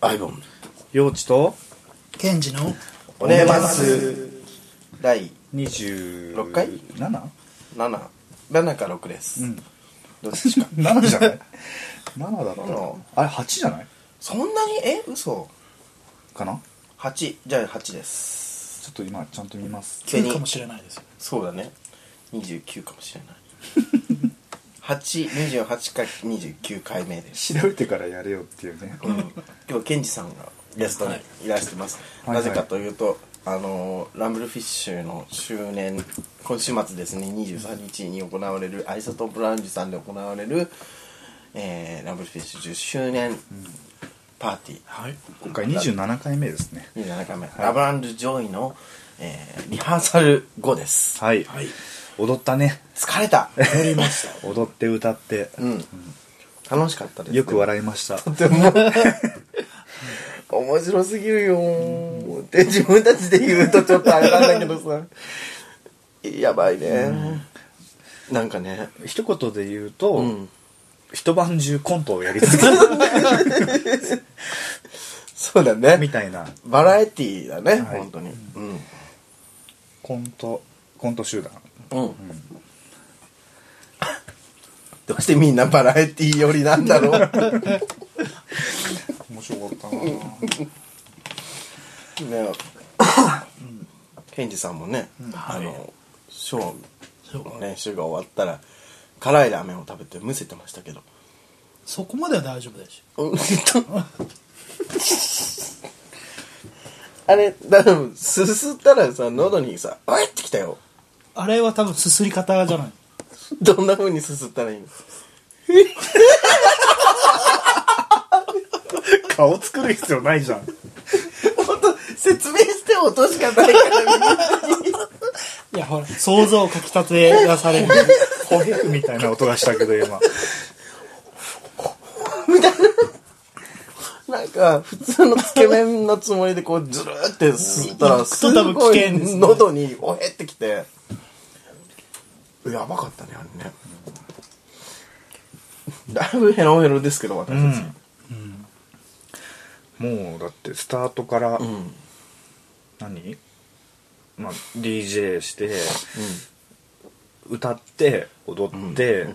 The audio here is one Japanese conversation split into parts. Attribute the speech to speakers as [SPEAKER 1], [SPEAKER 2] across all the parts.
[SPEAKER 1] アイボン
[SPEAKER 2] 幼稚と
[SPEAKER 3] ケンジの
[SPEAKER 1] おねます第
[SPEAKER 2] 26
[SPEAKER 1] 6回
[SPEAKER 4] 7?7
[SPEAKER 1] 77か6です、どっちか
[SPEAKER 4] じゃ ない ?7 だった
[SPEAKER 1] 7
[SPEAKER 4] あれ8じゃない
[SPEAKER 1] そんなにえ嘘
[SPEAKER 4] かな
[SPEAKER 1] 8じゃあ8です
[SPEAKER 4] ちょっと今ちゃんと見ます
[SPEAKER 1] 急に
[SPEAKER 3] 9かもしれないですよ
[SPEAKER 1] そうだね29かもしれない 828か29回目です、
[SPEAKER 4] 調べてからやれよっていうね
[SPEAKER 1] うん、今日ケンジさんがゲストにいらしてます、
[SPEAKER 4] はいはい
[SPEAKER 1] なぜかというとあのーランブルフィッシュの周年今週末ですね23日に行われるアイソトープラウンジさんで行われる、えーランブルフィッシュ10周年パーティー、
[SPEAKER 3] はい
[SPEAKER 4] 今回27回目ですね
[SPEAKER 1] 27回目、ラブランドジョイの、えーリハーサル後です
[SPEAKER 4] はい、
[SPEAKER 3] はい
[SPEAKER 4] 踊ったね
[SPEAKER 1] 疲れ た
[SPEAKER 3] 乗りました
[SPEAKER 4] 踊って歌って、
[SPEAKER 1] うん楽しかったです
[SPEAKER 4] よく笑いました
[SPEAKER 1] 面白すぎるよーって自分たちで言うとちょっとあれなんだけどさやばいねなんかね
[SPEAKER 4] 一言で言うと、
[SPEAKER 1] うん
[SPEAKER 4] 一晩中コントをやり続 ける
[SPEAKER 1] そうだね
[SPEAKER 4] みたいな
[SPEAKER 1] バラエティーだね、
[SPEAKER 4] はい
[SPEAKER 1] 本当にうん
[SPEAKER 4] コントコント集団
[SPEAKER 1] うん、どうしてみんなバラエティー寄りなんだろう
[SPEAKER 4] 面白かったな
[SPEAKER 1] ねケンジさんもね、あ
[SPEAKER 3] は
[SPEAKER 1] のショー
[SPEAKER 3] そうか
[SPEAKER 1] 練習が終わったら辛いラーメンを食べてむせてましたけど
[SPEAKER 3] そこまでは大丈夫だし
[SPEAKER 1] うん あれだからすすったらさ喉にさ「おい!」ってきたよ
[SPEAKER 3] あれは多分すすり方じゃない
[SPEAKER 1] どんな風にすすったらいいの
[SPEAKER 4] 顔作る必要ない じゃん
[SPEAKER 1] 音説明して音しかないから
[SPEAKER 3] いやほら想像をかきたて出される
[SPEAKER 4] ホヘみたいな音がしたけど今
[SPEAKER 1] なんか普通のつけ麺のつもりでこうずるーってすすったら
[SPEAKER 3] 行く
[SPEAKER 1] す
[SPEAKER 3] と多分危
[SPEAKER 1] ご
[SPEAKER 3] 険で
[SPEAKER 1] い
[SPEAKER 3] すね
[SPEAKER 1] 喉におへってきてやばかったねあれねだいぶヘロヘロですけど私たち、
[SPEAKER 4] もうだってスタートから
[SPEAKER 1] うん
[SPEAKER 4] 何、まあ、DJ して、歌って踊って、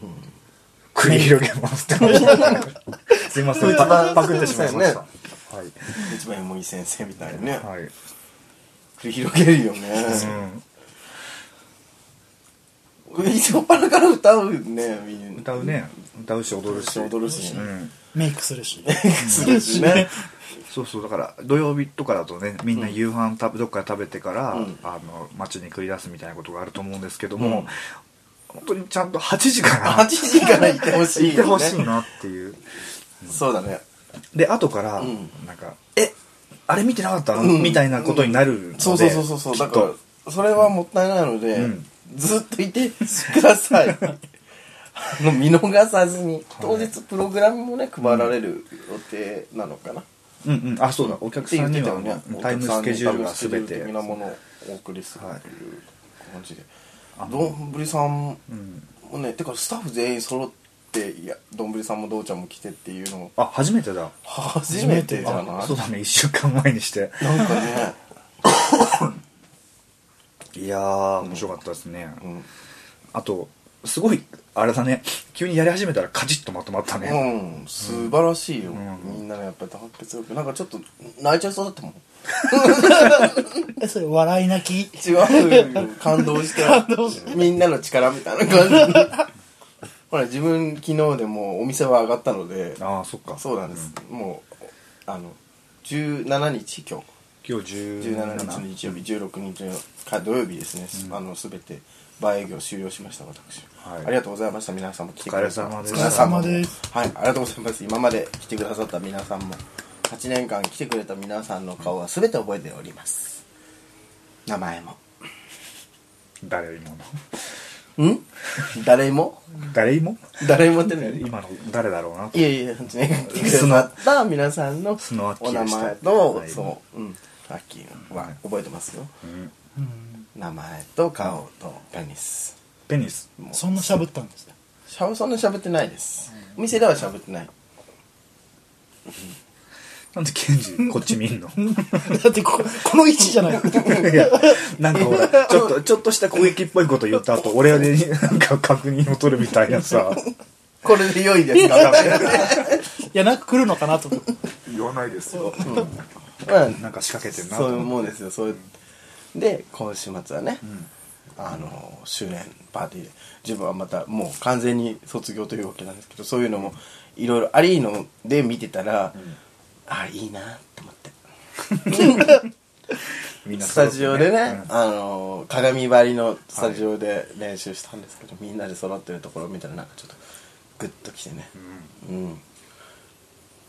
[SPEAKER 4] 繰り広げますって話だったね すいませんパパクってしまいました、
[SPEAKER 1] 一番もい先生みたいにね、
[SPEAKER 4] はい、はい
[SPEAKER 1] 繰り広げるよね
[SPEAKER 4] うん、
[SPEAKER 1] 一っ腹から歌うねみんな
[SPEAKER 4] 歌うね歌うし踊るし
[SPEAKER 1] 踊るし
[SPEAKER 4] う
[SPEAKER 1] ね
[SPEAKER 4] ん、
[SPEAKER 3] メイクするし
[SPEAKER 1] するし ね
[SPEAKER 4] そうそうだから土曜日とかだとねみんな夕飯食べどっかで食べてから、
[SPEAKER 1] うん
[SPEAKER 4] あの街に繰り出すみたいなことがあると思うんですけども、本当にちゃんと8時から
[SPEAKER 1] 8時からいてほしいよね
[SPEAKER 4] 行ってほしいなっていう
[SPEAKER 1] そうだね
[SPEAKER 4] で後から、
[SPEAKER 1] うん
[SPEAKER 4] なんか「えあれ見てなかった、
[SPEAKER 1] うん
[SPEAKER 4] みたいなことになるので、
[SPEAKER 1] そうそうそうそうそう
[SPEAKER 4] き
[SPEAKER 1] だ
[SPEAKER 4] っ
[SPEAKER 1] か
[SPEAKER 4] と
[SPEAKER 1] らそれはもったいないので、
[SPEAKER 4] うん
[SPEAKER 1] ずっといてください あの見逃さずに当日プログラムもね配られる予定なのかな、
[SPEAKER 4] うんうんあそうだお客さんには、
[SPEAKER 1] って言ってたよね
[SPEAKER 4] タイムスケジュールが全
[SPEAKER 1] タイムスケジュール
[SPEAKER 4] て
[SPEAKER 1] 的なものをお送りするという感じで、
[SPEAKER 4] はい
[SPEAKER 1] どんぶりさんも
[SPEAKER 4] ん
[SPEAKER 1] ね、てかスタッフ全員揃っていやどんぶりさんもどうちゃんも来てっていうのを
[SPEAKER 4] あ初めてだ
[SPEAKER 1] 初めてじゃな
[SPEAKER 4] あ
[SPEAKER 1] い
[SPEAKER 4] そうだね1週間前にして
[SPEAKER 1] なんかね、
[SPEAKER 4] いやー面白かったですね、
[SPEAKER 1] うん
[SPEAKER 4] あとすごいあれだね急にやり始めたらカチッとまとまったね、
[SPEAKER 1] うん、素晴らしいよ、
[SPEAKER 4] ん
[SPEAKER 1] みんなのやっぱり発結力なんかちょっと泣いちゃいそうだったもん
[SPEAKER 3] えそれ笑い泣き
[SPEAKER 1] 違うよ感動してみんなの力みたいな感じほら自分昨日でもうお店は上がったので
[SPEAKER 4] ああそっか
[SPEAKER 1] そうなんです、もうあの17日今
[SPEAKER 4] 今日
[SPEAKER 1] 日17日の日曜日16日のか土曜日ですね、あの全てバー営業終了しました私、
[SPEAKER 4] はい
[SPEAKER 1] ありがとうございました皆さんも来てくださ
[SPEAKER 4] お疲れ様です
[SPEAKER 1] お疲れ様
[SPEAKER 3] お疲れ様
[SPEAKER 1] で
[SPEAKER 3] です
[SPEAKER 1] はいありがとうございます今まで来てくださった皆さんも8年間来てくれた皆さんの顔は全て覚えております名前も
[SPEAKER 4] 誰もの
[SPEAKER 1] ん誰も
[SPEAKER 4] 誰も
[SPEAKER 1] 誰もってね
[SPEAKER 4] 今の誰だろうない
[SPEAKER 1] やいや、本当に来てくださった皆さんの
[SPEAKER 4] スノアッキ
[SPEAKER 1] お
[SPEAKER 4] ー
[SPEAKER 1] 名
[SPEAKER 4] でした
[SPEAKER 1] 前と、
[SPEAKER 4] はい
[SPEAKER 1] そう、うん、アッキーは覚えてますよ。
[SPEAKER 4] うん
[SPEAKER 3] うん
[SPEAKER 1] 名前と顔とペニス。
[SPEAKER 4] ペニス
[SPEAKER 3] そんなしゃぶったんですね
[SPEAKER 1] しゃぶそんな喋ってないです。お店では喋ってない。
[SPEAKER 4] なんでケンジ こっち見んの
[SPEAKER 3] だってこ、この位置じゃない。
[SPEAKER 4] いや、なんかほら、ちょっと、ちょっとした攻撃っぽいこと言った後、俺で、なんか確認を取るみたいなさ、
[SPEAKER 1] これで良いですか
[SPEAKER 3] いや、なんか来るのかなと思って。
[SPEAKER 4] 言わないですよ。
[SPEAKER 1] まあ
[SPEAKER 4] なんか仕掛けてんなと
[SPEAKER 1] そういう
[SPEAKER 4] 思っ
[SPEAKER 1] も
[SPEAKER 4] て。
[SPEAKER 1] んですよそういうで今週末はね、あの周年パーティーで自分はまたもう完全に卒業というわけなんですけどそういうのもいろいろありので見てたら、あいいなと思っ て
[SPEAKER 4] みんな
[SPEAKER 1] スタ
[SPEAKER 4] そうだった
[SPEAKER 1] ジオでね、あの鏡張りのスタジオで練習したんですけど、みんなで揃ってるところを見たらなんかちょっとグッときてねうん、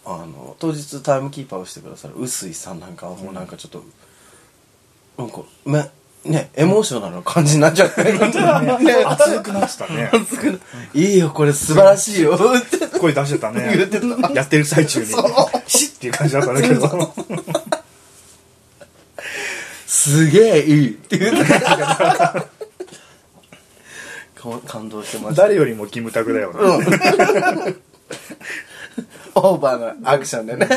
[SPEAKER 1] あの当日タイムキーパーをしてくださる臼井さんなんかはもうなんかちょっと、なんかめねエモーショナルな感じになっちゃって、ね、
[SPEAKER 4] 熱くなってた ね。
[SPEAKER 1] いいよこれ素晴らしいよって
[SPEAKER 4] 声出してたね
[SPEAKER 1] 言ってた。
[SPEAKER 4] やってる最中に、シッっていう感じだったんだけど、
[SPEAKER 1] すげえいいって言ってた感動 してました
[SPEAKER 4] 誰よりもキムタクだよね。
[SPEAKER 1] オーバーなアクションでね、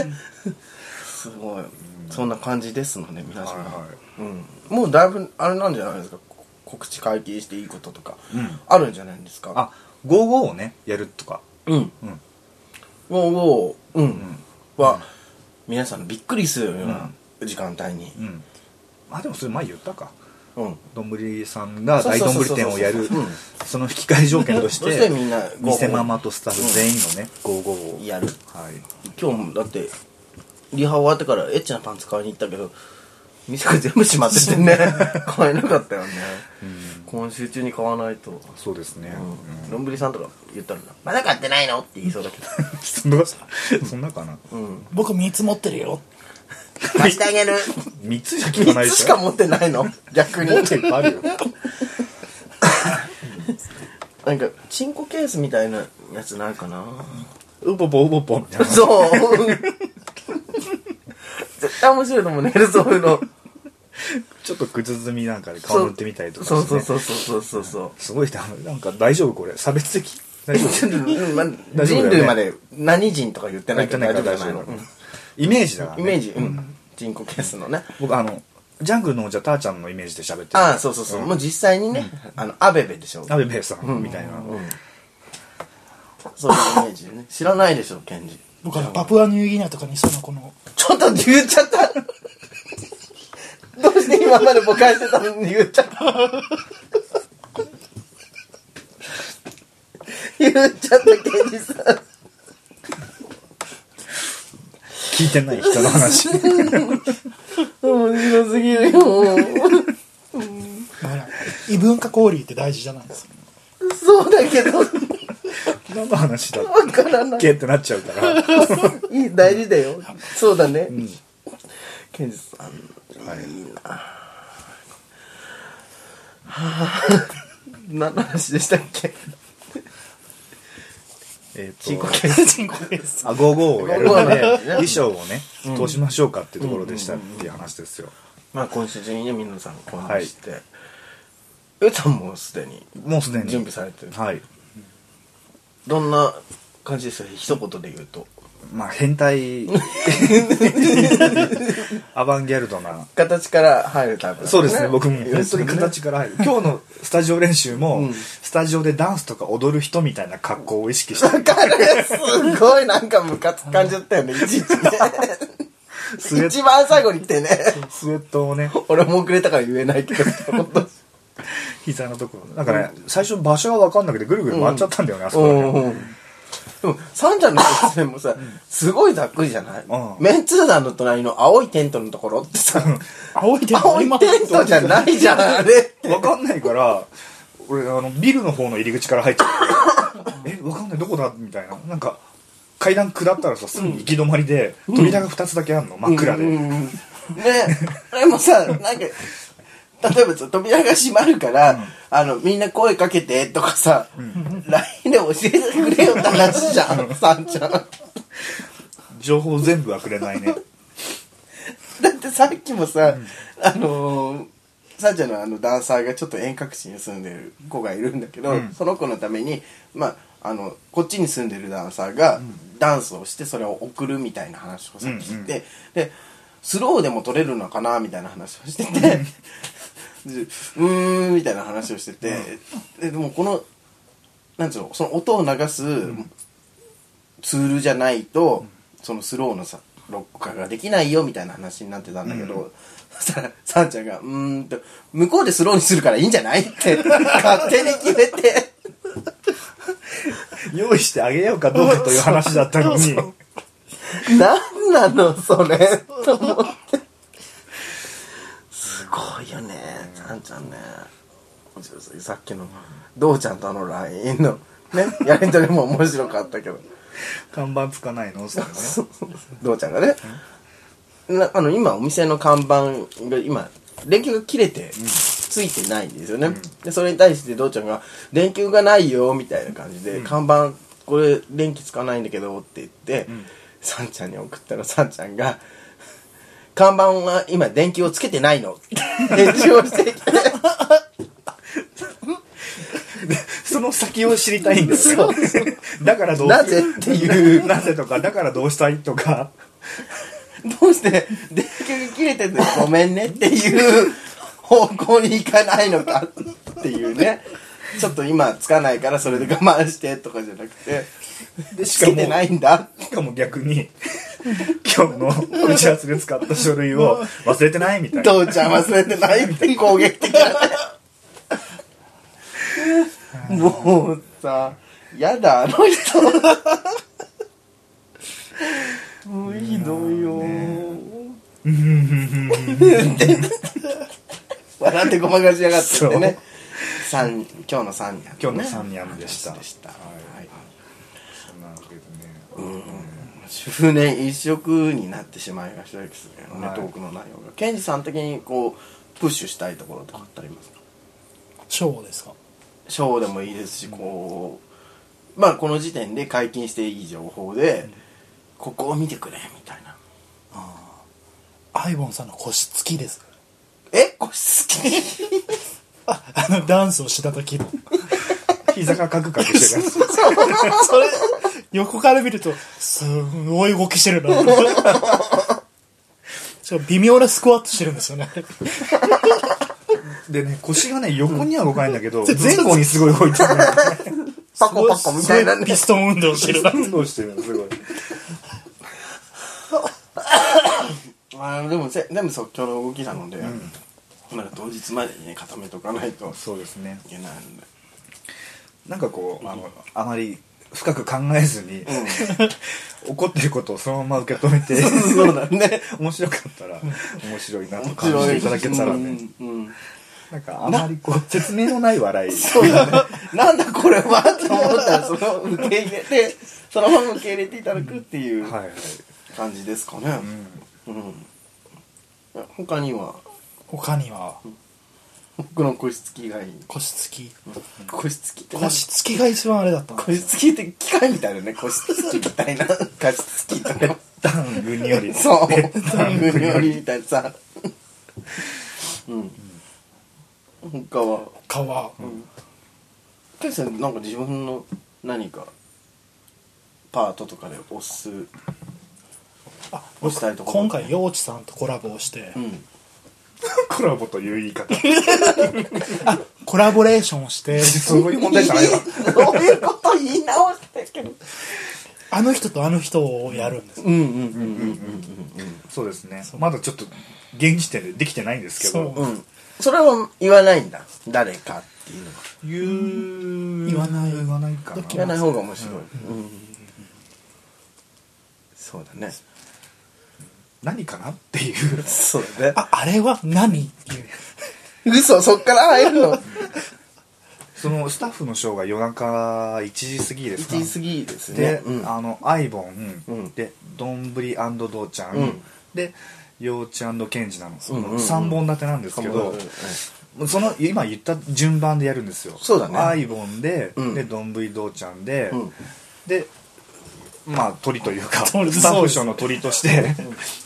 [SPEAKER 1] すごい、そんな感じですので皆さん、
[SPEAKER 4] は
[SPEAKER 1] うん、もうだいぶあれなんじゃないですかこ告知解禁していいこととか、あるんじゃないですか
[SPEAKER 4] あ、55をね、やるとか。
[SPEAKER 1] うん
[SPEAKER 4] うん
[SPEAKER 1] もうもううん、は、皆さんびっくりするような時間帯に
[SPEAKER 4] うん。あ、でもそれ前言ったか。
[SPEAKER 1] うん
[SPEAKER 4] どんぶりさんが大どんぶり店をやる
[SPEAKER 1] そうそうそうそう
[SPEAKER 4] その引き換え条件とし
[SPEAKER 1] そして
[SPEAKER 4] て
[SPEAKER 1] みんな
[SPEAKER 4] 店ママとスタッフ全員のね55を
[SPEAKER 1] やる
[SPEAKER 4] はい
[SPEAKER 1] 今日もだってリハ終わってからエッチなパンツ買いに行ったけど店が全部閉まってて ね買えなかったよね、今週中に買わないと
[SPEAKER 4] そうですね
[SPEAKER 1] のんぶりさんとか言ったら「まだ買ってないの?」って言いそうだけど
[SPEAKER 4] うんそんなそんなかな
[SPEAKER 3] 僕3つ持ってるよ。
[SPEAKER 1] 「 貸してあ げる
[SPEAKER 4] 3つしか聞かな
[SPEAKER 1] 3
[SPEAKER 4] いで
[SPEAKER 1] つし
[SPEAKER 4] し
[SPEAKER 1] か
[SPEAKER 4] ょ
[SPEAKER 1] 持ってないの逆に
[SPEAKER 4] もっといっぱいあるよ
[SPEAKER 1] なんかチンコケースみたいなやつないかな
[SPEAKER 4] うぼぼうぼぼみたい な
[SPEAKER 1] そう絶対面白いと思うねそういうの
[SPEAKER 4] ちょっと靴積みなんかで顔塗ってみたりとか
[SPEAKER 1] そう
[SPEAKER 4] して
[SPEAKER 1] そう
[SPEAKER 4] ね
[SPEAKER 1] そうそうそうそう
[SPEAKER 4] すごいななんか大丈夫これ差別 的大丈夫
[SPEAKER 1] うんま
[SPEAKER 4] 大丈
[SPEAKER 1] 人
[SPEAKER 4] 夫だよね
[SPEAKER 1] 類まで何人とか言ってな
[SPEAKER 4] 言
[SPEAKER 1] い
[SPEAKER 4] っ
[SPEAKER 1] けど
[SPEAKER 4] てない
[SPEAKER 1] 大丈夫
[SPEAKER 4] から
[SPEAKER 1] じゃ
[SPEAKER 4] 大
[SPEAKER 1] ない
[SPEAKER 4] 丈
[SPEAKER 1] の
[SPEAKER 4] 夫イメージだから
[SPEAKER 1] イ
[SPEAKER 4] ね
[SPEAKER 1] メージうんチンコケースのね
[SPEAKER 4] 僕あのジャングルのじゃたーちゃんのイメージで喋ってる
[SPEAKER 1] ああそうそうそうもう実際にねあのアベベでしょ
[SPEAKER 4] 鍋べさんみたいな
[SPEAKER 1] そういうイメージね知らないでしょケンジ
[SPEAKER 3] 僕はパプアニューギニアとかにいそうなこの、
[SPEAKER 1] ちょっと言っちゃった。どうして今まで誤解してたのに言っちゃった。言っちゃった、ケンジさん。
[SPEAKER 4] 聞いてない人 の話
[SPEAKER 1] 面白すぎるよ。
[SPEAKER 3] だから異文化交流って大事じゃないですか。
[SPEAKER 1] そうだけど、わ
[SPEAKER 4] 何の話だっ
[SPEAKER 1] からない。
[SPEAKER 4] けってなっちゃうから
[SPEAKER 1] いい、大事だよ。そうだね。ケンジさん、いいな。何の話でしたっけ
[SPEAKER 4] えっ
[SPEAKER 1] チンコ
[SPEAKER 4] と
[SPEAKER 1] ケン
[SPEAKER 3] チンコです。
[SPEAKER 4] あ55をやるので
[SPEAKER 1] 55
[SPEAKER 4] 衣装をねどうしましょうかってところでしたっていう話ですよ
[SPEAKER 1] まあ今週中にね皆さん購入して、うたもうすでに
[SPEAKER 4] もうすでに
[SPEAKER 1] 準備されてる
[SPEAKER 4] はい
[SPEAKER 1] どんな感じですか一言で言うと
[SPEAKER 4] まあ 変態アバンギャルドな
[SPEAKER 1] 形から入るタイプ、
[SPEAKER 4] そうですね僕も本
[SPEAKER 1] です
[SPEAKER 4] 当
[SPEAKER 1] よ
[SPEAKER 4] に
[SPEAKER 1] ね
[SPEAKER 4] 形から入る今日のスタジオ練習もスタジオでダンスとか踊る人みたいな格好を意識して
[SPEAKER 1] あれすごいなんかムカつく感じだったよねいちいちね
[SPEAKER 4] スウェッ
[SPEAKER 1] 一番最後に来てね
[SPEAKER 4] スウェットをね
[SPEAKER 1] 俺も遅れたから言えない けど本当
[SPEAKER 4] 膝のところなんかね最初場所が分かんなくてぐるぐる回っちゃったんだよねあそこら辺
[SPEAKER 1] うんでも、サンちゃんの説明もさ、すごいざっくりじゃない、
[SPEAKER 4] うん
[SPEAKER 1] メンツー団の隣の青いテントのところってさ、
[SPEAKER 3] 青いテント。
[SPEAKER 1] 青いテントじゃないじゃん、あれって。
[SPEAKER 4] わかんないから、俺、あの、ビルの方の入り口から入っちゃって、 え、わかんない、どこだみたいな。なんか、階段下ったらさ、すぐに行き止まりで、扉が2つだけあんの、真っ暗で。
[SPEAKER 1] うんうんね でもさなんか例えばさ扉が閉まるから、あのみんな声かけてとかさ、LINE で教えてくれよって話じゃんさんちゃんだ
[SPEAKER 4] 情報全部はくれない ね。
[SPEAKER 1] ってさっきもさ、あのーさんちゃんのあのダンサーがちょっと遠隔地に住んでる子がいるんだけど、その子のためにまああのこっちに住んでるダンサーがダンスをしてそれを送るみたいな話をさっきして、
[SPEAKER 4] うんうん
[SPEAKER 1] でスローでも撮れるのかなみたいな話をしてて、で うーんみたいな話をしてて、ででもこのなんつうのその音を流すツールじゃないと、そのスローのさ録画ができないよみたいな話になってたんだけど、
[SPEAKER 4] う
[SPEAKER 1] そしたら さんちゃんが「うーんと向こうでスローにするからいいんじゃない?」って 勝手に決めて。
[SPEAKER 4] 用意してあげようかどうかという話だ ったのに
[SPEAKER 3] そう
[SPEAKER 1] なんなのそれと思ってすごいよねちゃんちゃんねさっきのどうちゃんとあの LINE のねやり取りも面白かったけど
[SPEAKER 4] 看板つかないのそれね
[SPEAKER 1] どうちゃんがねなあの今お店の看板が今電球が切れてついてないんですよね、でそれに対してどうちゃんが「電球がないよ」みたいな感じで「看板これ電気つかないんだけど」って言って、さんちゃんに送ったらさんちゃんが「看板は今電球をつけてないの」って返事をしてきて
[SPEAKER 4] その先を知りたいんだよねだからどう
[SPEAKER 1] なぜっていう
[SPEAKER 4] なぜとかだからどうしたいとか
[SPEAKER 1] どうして電球が切れてるのごめんねっていう方向に行かないのかっていうねちょっと今つかないからそれで我慢してとかじゃなくて
[SPEAKER 4] でし
[SPEAKER 1] つ
[SPEAKER 4] か
[SPEAKER 1] けて
[SPEAKER 4] も
[SPEAKER 1] ないんだ
[SPEAKER 4] しかも逆に今日の打ち合わせで使った書類を忘れてないみたいな
[SPEAKER 1] 父ちゃん忘れてないって攻撃的だね もうさやだあの人もうひどいよ 笑ってごまかしやがってってね三今日の三人
[SPEAKER 4] 今日の三人でした
[SPEAKER 1] でした、はい
[SPEAKER 4] そんなわけでね
[SPEAKER 1] 周年一色になってしまいがちですけどね、
[SPEAKER 4] はい
[SPEAKER 1] トークの内容がケンジさん的にこうプッシュしたいところとかってありますか
[SPEAKER 3] ショーですか
[SPEAKER 1] ショーでもいいですしこうまあこの時点で解禁していい情報で、ここを見てくれみたいな
[SPEAKER 3] アイボンさんの腰つきです
[SPEAKER 1] えこれ好き
[SPEAKER 3] ああのダンスをした時の
[SPEAKER 4] 膝がカクカクしてるや
[SPEAKER 3] それ横から見るとすごい動きしてるな しかも微妙なスクワットしてるんですよね
[SPEAKER 4] つでね腰がね横には動かないんだけど前後にすごい動いてる
[SPEAKER 1] パコパコみたいな
[SPEAKER 3] す
[SPEAKER 1] ね
[SPEAKER 3] ごピストン運 動してるな
[SPEAKER 4] 運動してるのすごい
[SPEAKER 1] あーでもせでも即興の動きなので、なんか当日までにね固めとかないと
[SPEAKER 4] そうですね
[SPEAKER 1] いけないん で
[SPEAKER 4] なんかこうあのあまり深く考えずに、 怒ってることをそのまま受け止めて
[SPEAKER 1] そうだね
[SPEAKER 4] 面白かったら面白いなと
[SPEAKER 1] 面
[SPEAKER 4] 感じ
[SPEAKER 1] 白
[SPEAKER 4] て
[SPEAKER 1] い
[SPEAKER 4] いただけたらね、
[SPEAKER 1] うんうん
[SPEAKER 4] なんかあまりこう説明のない笑い
[SPEAKER 1] そうだね。なんだこれはと思ったら、それを受け入れて、そのまま受け入れていただくっていう
[SPEAKER 4] はいはい
[SPEAKER 1] 感じですかね。うん。他には、
[SPEAKER 3] 他には
[SPEAKER 1] 僕の腰つきがいい。
[SPEAKER 3] 腰つき
[SPEAKER 1] 腰つきって何
[SPEAKER 3] 腰つきが一番あれだったの
[SPEAKER 1] 腰つきって機械みたいなね。腰つきみたいな。腰つきとか。
[SPEAKER 4] ダングニョ リ
[SPEAKER 1] そう。グニョリみたいなさ。うん。他は、
[SPEAKER 3] 他は
[SPEAKER 1] ケンさんなんか自分の何かパートとかで押す
[SPEAKER 3] あ
[SPEAKER 1] 押したいところ
[SPEAKER 3] 今回陽地さんとコラボをして
[SPEAKER 1] うん
[SPEAKER 4] コラボという言い 方
[SPEAKER 3] コラボレーションを して
[SPEAKER 4] そういう問題じゃないわ
[SPEAKER 1] そういうこと言い直してけど
[SPEAKER 3] あの人とあの人をやるんです
[SPEAKER 1] うんうんうん
[SPEAKER 4] そうですねまだちょっと現時点でできてないんですけど
[SPEAKER 1] うんうんそれは言わないんだ誰かっていうのは
[SPEAKER 4] 言う
[SPEAKER 3] 言わない
[SPEAKER 4] 言わないかな
[SPEAKER 1] 言わない方が面白い、うんそうだね
[SPEAKER 4] 何かなっていう
[SPEAKER 1] そうだね
[SPEAKER 3] ああれは何っていう
[SPEAKER 1] 嘘そっから入るの
[SPEAKER 4] そのスタッフのショーが夜中1時過ぎですか
[SPEAKER 1] 1時過ぎですね
[SPEAKER 4] で、
[SPEAKER 1] うん
[SPEAKER 4] あのアイボ
[SPEAKER 1] う
[SPEAKER 4] ン
[SPEAKER 1] ん
[SPEAKER 4] でどんぶりどうちゃん、
[SPEAKER 1] うん
[SPEAKER 4] でようちゃんケンジなのそ
[SPEAKER 1] うんうんう
[SPEAKER 4] の
[SPEAKER 1] ん
[SPEAKER 4] 3本立てなんですけど、その今言った順番でやるんですよ
[SPEAKER 1] そうだね
[SPEAKER 4] アイボンで、
[SPEAKER 1] うん
[SPEAKER 4] でどんぶりどうちゃんで、
[SPEAKER 1] うん
[SPEAKER 4] でまあ鳥というかスタ
[SPEAKER 3] そうです
[SPEAKER 4] ッフ賞の鳥として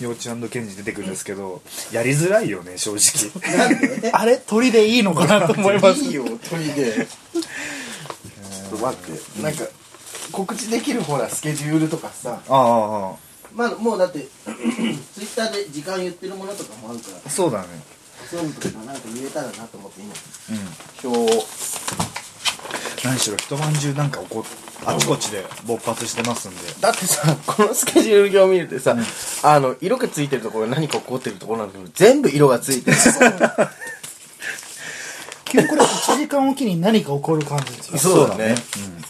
[SPEAKER 4] ようちゃんケンジ出てくるんですけどやりづらいよね正直
[SPEAKER 3] あれ鳥でいいのかなと思います
[SPEAKER 1] いいよ鳥でちょっと待ってなんか告知できるほらスケジュールとかさ
[SPEAKER 4] あああ
[SPEAKER 1] まあもうだって ツイッターで時間言ってるものとかもあるから
[SPEAKER 4] あそうだね
[SPEAKER 1] そういうのとかなんか見れたらなと思って今
[SPEAKER 4] うん
[SPEAKER 1] 表を
[SPEAKER 4] 何しろ一晩中なんか起こあちこちで勃発してますんで
[SPEAKER 1] だってさ このスケジュール表を見るとさ、あの色がついてるところ何か起こってるところなんだけど全部色がつい てる
[SPEAKER 3] 急にこれ1時間おきに何か起こる感じですよ
[SPEAKER 1] そうだね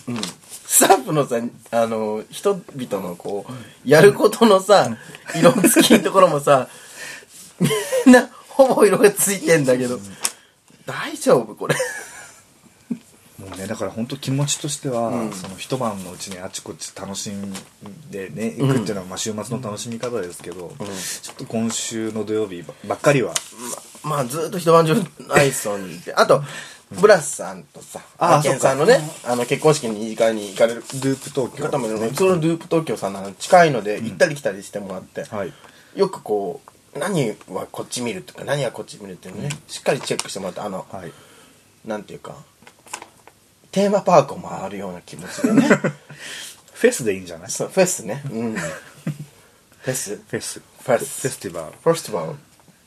[SPEAKER 1] うんスタッフのさあの人々のこうやることのさ色付きのところも さみんなほぼ色がついてんだけど大丈夫これ
[SPEAKER 4] もうねだから本当気持ちとしては、その一晩のうちにあちこち楽しんでね行くっていうのは、まあ、週末の楽しみ方ですけど、ちょっと今週の土曜日ばばっかりは
[SPEAKER 1] まあずっと一晩中アイソンにいてあとブラスさんとさ
[SPEAKER 4] あ
[SPEAKER 1] マッケンさんのねあの結婚式に2回に行かれる
[SPEAKER 4] ループ東京
[SPEAKER 1] 方もいるのでそのループ東京さんなの近いので行ったり来たりしてもらって、
[SPEAKER 4] はい
[SPEAKER 1] よくこう何はこっち見るとか何はこっち見るっていうのね、しっかりチェックしてもらってあの、
[SPEAKER 4] はい
[SPEAKER 1] なんていうかテーマパークを回るような気持ちで ね
[SPEAKER 4] フェスでいいんじゃない
[SPEAKER 1] そうフェスね、うん、フェス
[SPEAKER 4] フェス
[SPEAKER 1] フェス
[SPEAKER 4] フェスティバル
[SPEAKER 1] フェスティバ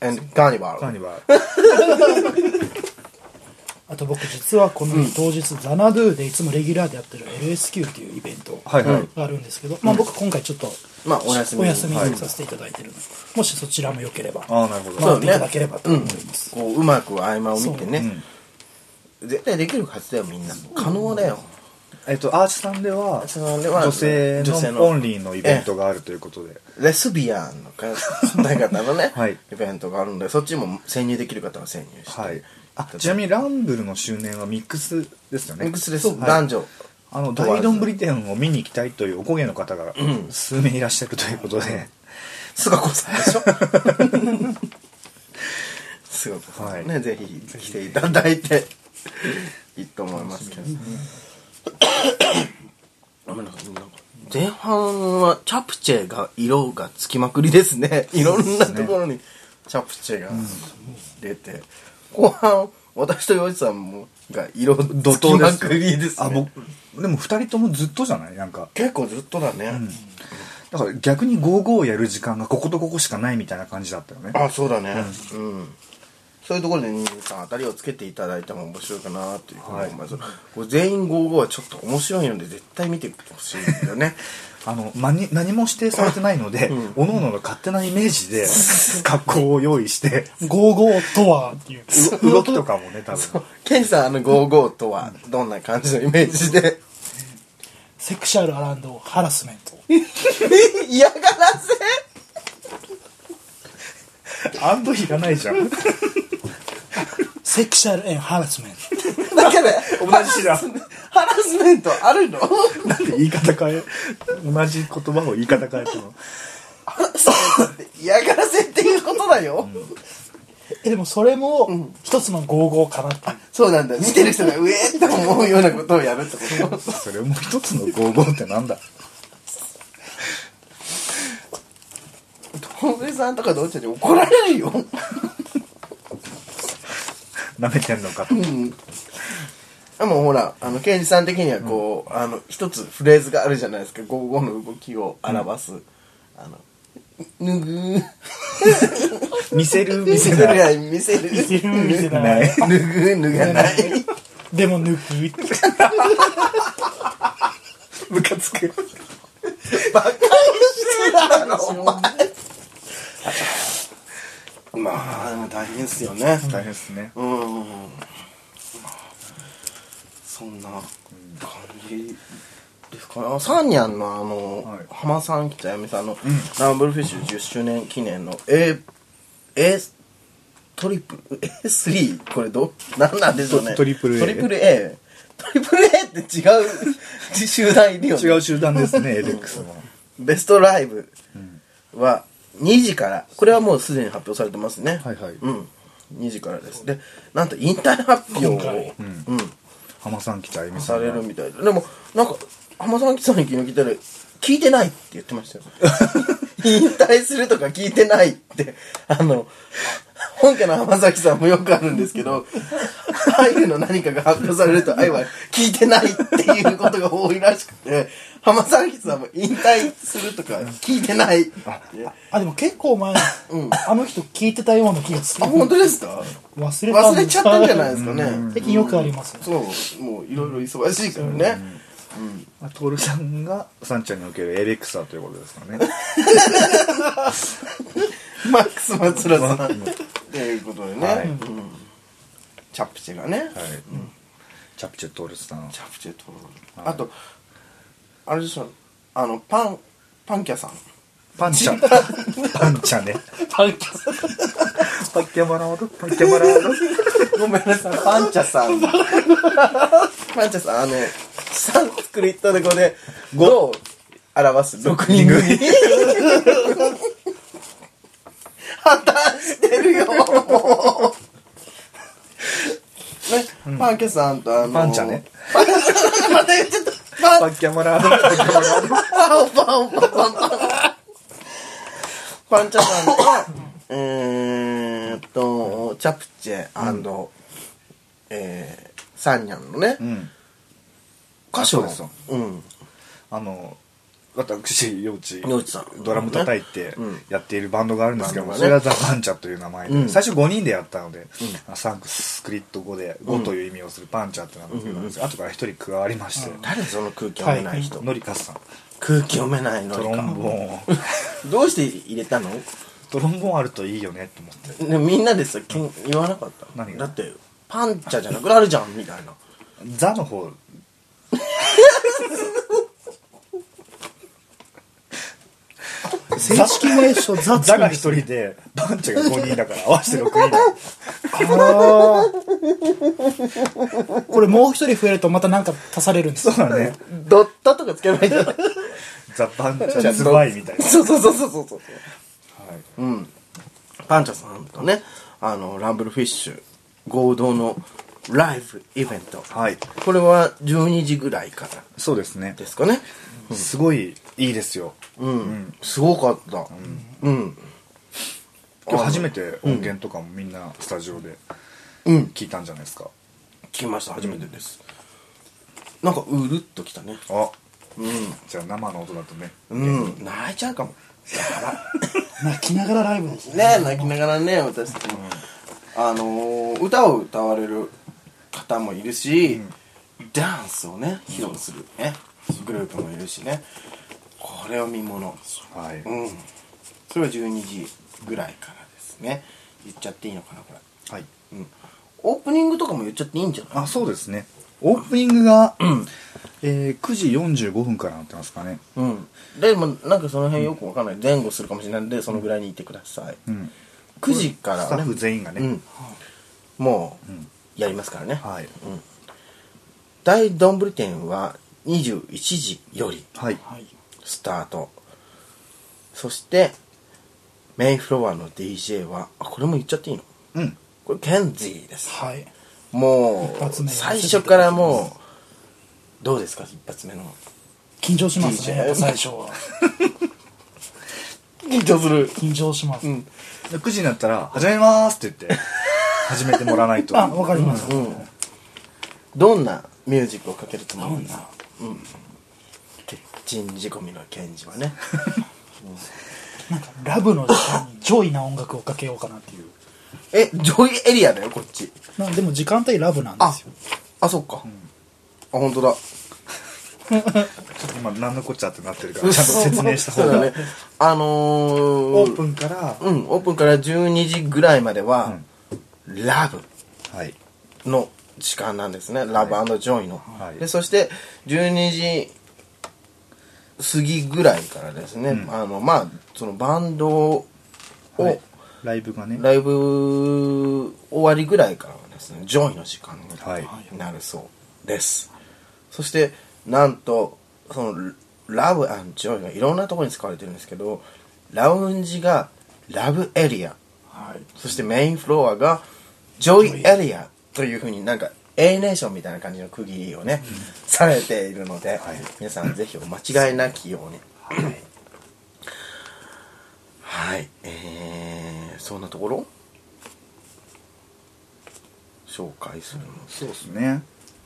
[SPEAKER 1] ル and カーニバル
[SPEAKER 4] カーニバル
[SPEAKER 3] あと僕実はこの日当日、ザナドゥでいつもレギュラーでやってる LSQ っていうイベント
[SPEAKER 4] はいはい
[SPEAKER 3] があるんですけど、まあ僕今回ちょっと
[SPEAKER 1] まあお休み
[SPEAKER 3] お休みにさせていただいてるので、もしそちらもよければ
[SPEAKER 4] ああなるほ
[SPEAKER 1] ま
[SPEAKER 4] ど、
[SPEAKER 3] 回っていただければと思います、
[SPEAKER 1] こううまく合間を見てね、
[SPEAKER 4] うん
[SPEAKER 1] 絶対できるはずだよみんな可能だよ、
[SPEAKER 4] えっとアーチさんでは
[SPEAKER 1] チさんでは
[SPEAKER 4] 女性
[SPEAKER 1] 女性の
[SPEAKER 4] のオンリーのイベントがあるということで、
[SPEAKER 1] レスビアンの方々のね、
[SPEAKER 4] はい
[SPEAKER 1] イベントがあるのでそっちも潜入できる方は潜入して、
[SPEAKER 4] はいあちなみにランブルの周年はミックスですよね
[SPEAKER 1] ミックスです、
[SPEAKER 4] はい
[SPEAKER 1] 男女
[SPEAKER 4] あの大どんぶり店を見に行きたいと いうおこげの方が数名いらっしゃるということで、
[SPEAKER 1] 菅子さんでしょ 菅子さんね、ぜひ来ていただいていいと思いますけど、あなんかなんか前半はチャプチェが色がつきまくりですねいろんなところにチャプチェが出て、後半私と洋一さんもが色
[SPEAKER 4] 怒
[SPEAKER 1] つき
[SPEAKER 4] 涛
[SPEAKER 1] ま
[SPEAKER 4] です
[SPEAKER 1] くりです
[SPEAKER 4] あ
[SPEAKER 1] ね
[SPEAKER 4] 僕でも2人ともずっとじゃないなんか
[SPEAKER 1] 結構ずっとだね、
[SPEAKER 4] だから逆に55をやる時間がこことここしかないみたいな感じだったよね
[SPEAKER 1] あそうだねうん、そういうところで23さん当たりをつけていただいても面白いかなというふうに思います、これ全員55はちょっと面白いので絶対見てほしいんだよね
[SPEAKER 4] あの、ま、に何も指定されてないので、各々の勝手なイメージで 格好を用意して
[SPEAKER 3] 55とはっていう
[SPEAKER 4] う動きとかもね多分
[SPEAKER 1] ケンさんあの55とはどんな感じのイメージで
[SPEAKER 3] セクシャルアランドハラスメント
[SPEAKER 1] 嫌がらせ
[SPEAKER 4] アンドいらないじゃん
[SPEAKER 3] セクシャルエンハラスメント
[SPEAKER 1] だから
[SPEAKER 4] 同じじゃん
[SPEAKER 1] ハラスメントあるの
[SPEAKER 4] なんで言い方変え同じ言葉を言い方変えても
[SPEAKER 1] ハラスメントって嫌がらせっていうことだよ、
[SPEAKER 3] えでもそれも一つの55かなっていう
[SPEAKER 1] そうなんだ見てる人がうえーって思うようなことをやるってこと
[SPEAKER 4] それも一つの55ってなんだ
[SPEAKER 1] トンさんとかどうちゃんに怒られるよ
[SPEAKER 4] 舐めてんのかと
[SPEAKER 1] でもほら、あの、刑事さん的にはこう、あの、一つフレーズがあるじゃないですか、午後の動きを表す。あの、ぬぐー。
[SPEAKER 4] 見せる見
[SPEAKER 1] 見
[SPEAKER 4] せ
[SPEAKER 1] せる
[SPEAKER 4] ない
[SPEAKER 1] や、見せる。
[SPEAKER 3] 見 せる見せな
[SPEAKER 4] ないい
[SPEAKER 1] ぬぐー、脱がない。
[SPEAKER 3] でも抜くって
[SPEAKER 4] ムカつく
[SPEAKER 1] バカにしてたの、お前。まあ、でも大変ですよね。
[SPEAKER 4] 大変ですね
[SPEAKER 1] うん。そんな感じですかね。あサーニャンのあの、
[SPEAKER 4] はい
[SPEAKER 1] 浜さん、北やみさんの、ランブルフィッシュ10周年記念の A、A、トリプル、A3? これど、なんなんでしょうね。
[SPEAKER 4] トトリプル A
[SPEAKER 1] トリプル A。トリプル A って違う 集団いるよね。
[SPEAKER 4] 違う集団ですねエデックスも
[SPEAKER 1] ベストライブは2時から、これはもうすでに発表されてますね。
[SPEAKER 4] はいはい
[SPEAKER 1] うん。2時からです。で、なんと引退発表
[SPEAKER 3] 今回
[SPEAKER 1] を、うん、
[SPEAKER 4] 浜さん来たあゆみさ
[SPEAKER 1] さ
[SPEAKER 4] ん
[SPEAKER 1] れ
[SPEAKER 4] が
[SPEAKER 1] るみたいで。でも、なんか、浜さんきさんに昨日聞いたら、聞いてないって言 ってましたよ。引退するとか聞いてないって、あの、本家の浜崎さんもよくあるんですけど、アイユの何かが発表されると、アイは聞いてないっていうことが多いらしくて、浜崎さんも引退するとか聞いてないって。
[SPEAKER 3] あでも結構前、あの人聞いてたような気がす
[SPEAKER 1] あ、
[SPEAKER 3] る
[SPEAKER 1] 本当ですか
[SPEAKER 3] 忘れた
[SPEAKER 1] 忘れちゃったんじゃないですかね。
[SPEAKER 3] 最近よくありますよ
[SPEAKER 1] そう、もういろいろ忙しいからね。
[SPEAKER 4] まあ、徹さんがサンちゃんにおけるエレクサということですかね
[SPEAKER 1] マックス松浦さんっていうことでね、
[SPEAKER 4] はい
[SPEAKER 1] うんチャプチェがね、
[SPEAKER 4] はい、チャプチェ徹さん
[SPEAKER 1] チャプチェと、あとあれでしょあのパンパンキャさん
[SPEAKER 4] パンチャパンチャね
[SPEAKER 3] パンキャさん
[SPEAKER 4] パッキャバラオドパッキャバラオド
[SPEAKER 1] ごめんなさいパンチャさんパンチャさんあのサンスクリットでこれ5を表す6人組破綻してるよもうね、パンキャさんとあの
[SPEAKER 4] パンチャね
[SPEAKER 1] パンチャまた言っちゃったパン
[SPEAKER 4] パッキャバラオドパッキャバラオド
[SPEAKER 1] パンパンパンパンパンパンチャさんとえーっとチャプチェ、えーサンニャンのね、
[SPEAKER 4] うん
[SPEAKER 1] 歌
[SPEAKER 4] そうですよ
[SPEAKER 1] うん
[SPEAKER 4] あの私陽一
[SPEAKER 1] 陽一さん
[SPEAKER 4] ドラム叩いて
[SPEAKER 1] うん
[SPEAKER 4] やっているバンドがあるんですけど
[SPEAKER 1] バンド
[SPEAKER 4] も、
[SPEAKER 1] がね
[SPEAKER 4] それがザ・パンチャという名前で、
[SPEAKER 1] うん
[SPEAKER 4] 最初5人でやったので、サンクスクリット語で5という意味をするパンチャって名前なんですけど、後から1人加わりまして、
[SPEAKER 1] 誰その空気読めない人、
[SPEAKER 4] ノリカスさん
[SPEAKER 1] 空気読めないの
[SPEAKER 4] トロンボーンを
[SPEAKER 1] どうして入れたの、
[SPEAKER 4] トロンボーンあるといいよねって思っ
[SPEAKER 1] ね、
[SPEAKER 4] て
[SPEAKER 1] みんなでさけん言わなかった
[SPEAKER 4] 何
[SPEAKER 1] だ
[SPEAKER 4] が
[SPEAKER 1] ってパンチャじゃなくなるじゃんみたいな
[SPEAKER 4] ザの方
[SPEAKER 3] 正式名称ザ
[SPEAKER 4] ザが1
[SPEAKER 3] つ
[SPEAKER 4] 人でパンチャが5人だから合わせて6人 だ
[SPEAKER 3] あーこれもう一人増えるとまた何か足されるんですよ
[SPEAKER 4] そうだね
[SPEAKER 1] ドットとかつけないと
[SPEAKER 4] ザ・パンチャズバイみたいな、
[SPEAKER 1] そうそうそうそうそうそう
[SPEAKER 4] はい
[SPEAKER 1] うん、パンチャさんとねあのランブルフィッシュ合同のライブイベント、
[SPEAKER 4] はい
[SPEAKER 1] これは12時ぐらいから
[SPEAKER 4] そうですね
[SPEAKER 1] ですかね
[SPEAKER 4] すごいいいですよ
[SPEAKER 1] うん、すごかったうん
[SPEAKER 4] 今日初めて音源とかもみんなスタジオで
[SPEAKER 1] うん
[SPEAKER 4] 聞いたんじゃないですか、
[SPEAKER 1] 聞きました初めてです、なんかうるっときたね
[SPEAKER 4] あ
[SPEAKER 1] うん
[SPEAKER 4] じゃあ生の音だとね
[SPEAKER 1] うん泣いちゃうかも
[SPEAKER 3] 泣きながらライブですね
[SPEAKER 1] ね泣きながらね私たちも、あのー歌を歌われる方もいるし、ダンスをね披露するね、グループもいるしねこれを見もの
[SPEAKER 4] はい、
[SPEAKER 1] うんそれは12時ぐらいからですね言っちゃっていいのかなこれ、
[SPEAKER 4] はい
[SPEAKER 1] うん、オープニングとかも言っちゃっていいんじゃない
[SPEAKER 4] あそうですねオープニングが、えー9時45分からなってますかね
[SPEAKER 1] うんでもなんかその辺よくわかんない前後するかもしれないんでそのぐらいにいてください、
[SPEAKER 4] うん
[SPEAKER 1] 9時から、ね、
[SPEAKER 4] スタッフ全員がね、
[SPEAKER 1] うん、もうやりますからね、
[SPEAKER 4] はい
[SPEAKER 1] うん、大丼店は21時より
[SPEAKER 4] はい
[SPEAKER 1] スタートそしてメインフロアの DJ はあこれも言っちゃっていいの
[SPEAKER 4] うん
[SPEAKER 1] これケンジーです
[SPEAKER 3] はい
[SPEAKER 1] も
[SPEAKER 3] 一発
[SPEAKER 1] う
[SPEAKER 3] 目
[SPEAKER 1] 最初からもうどうですか一発目の
[SPEAKER 3] 緊張しますね
[SPEAKER 1] DJ
[SPEAKER 3] やっぱ最初は
[SPEAKER 1] 緊張する
[SPEAKER 3] 緊張します、
[SPEAKER 1] うん
[SPEAKER 4] で9時になったら「始めます」って言って始めてもらわないと
[SPEAKER 3] あわかります、
[SPEAKER 1] うんどんなミュージックをかけると思うんですかうん鉄人仕込みのケンジはね
[SPEAKER 3] なんかラブの時間にジョイな音楽をかけようかなっていう
[SPEAKER 1] えジョイエリアだよこっち
[SPEAKER 3] なでも時間帯ラブなんで
[SPEAKER 1] あ
[SPEAKER 3] すよ
[SPEAKER 1] あそっか、あ本当だ
[SPEAKER 4] ちょっと今何のこっちゃってなってるからちゃんと説明した方
[SPEAKER 1] そう
[SPEAKER 4] が、
[SPEAKER 1] だねあのー、
[SPEAKER 4] オープンから、
[SPEAKER 1] うんオープンから12時ぐらいまでは、ラブ
[SPEAKER 4] はい
[SPEAKER 1] の時間なんですね、ラブジョイの、
[SPEAKER 4] はい
[SPEAKER 1] でそして12時過ぎぐらいからですね、
[SPEAKER 4] うん
[SPEAKER 1] あのまあそのバンドを、
[SPEAKER 4] はいライブがね
[SPEAKER 1] ライブ終わりぐらいからはですねジョイの時間
[SPEAKER 4] はい
[SPEAKER 1] になるそうです、そしてなんとそのラブジョイがいろんなところに使われてるんですけどラウンジがラブエリア
[SPEAKER 3] はい
[SPEAKER 1] そしてメインフロアがジョイエリアというふうになんか A ネーションみたいな感じの区切りをね、されているので、皆さんぜひお間違いなきように。はい、えー、そんなところ紹介するの
[SPEAKER 4] そうですね。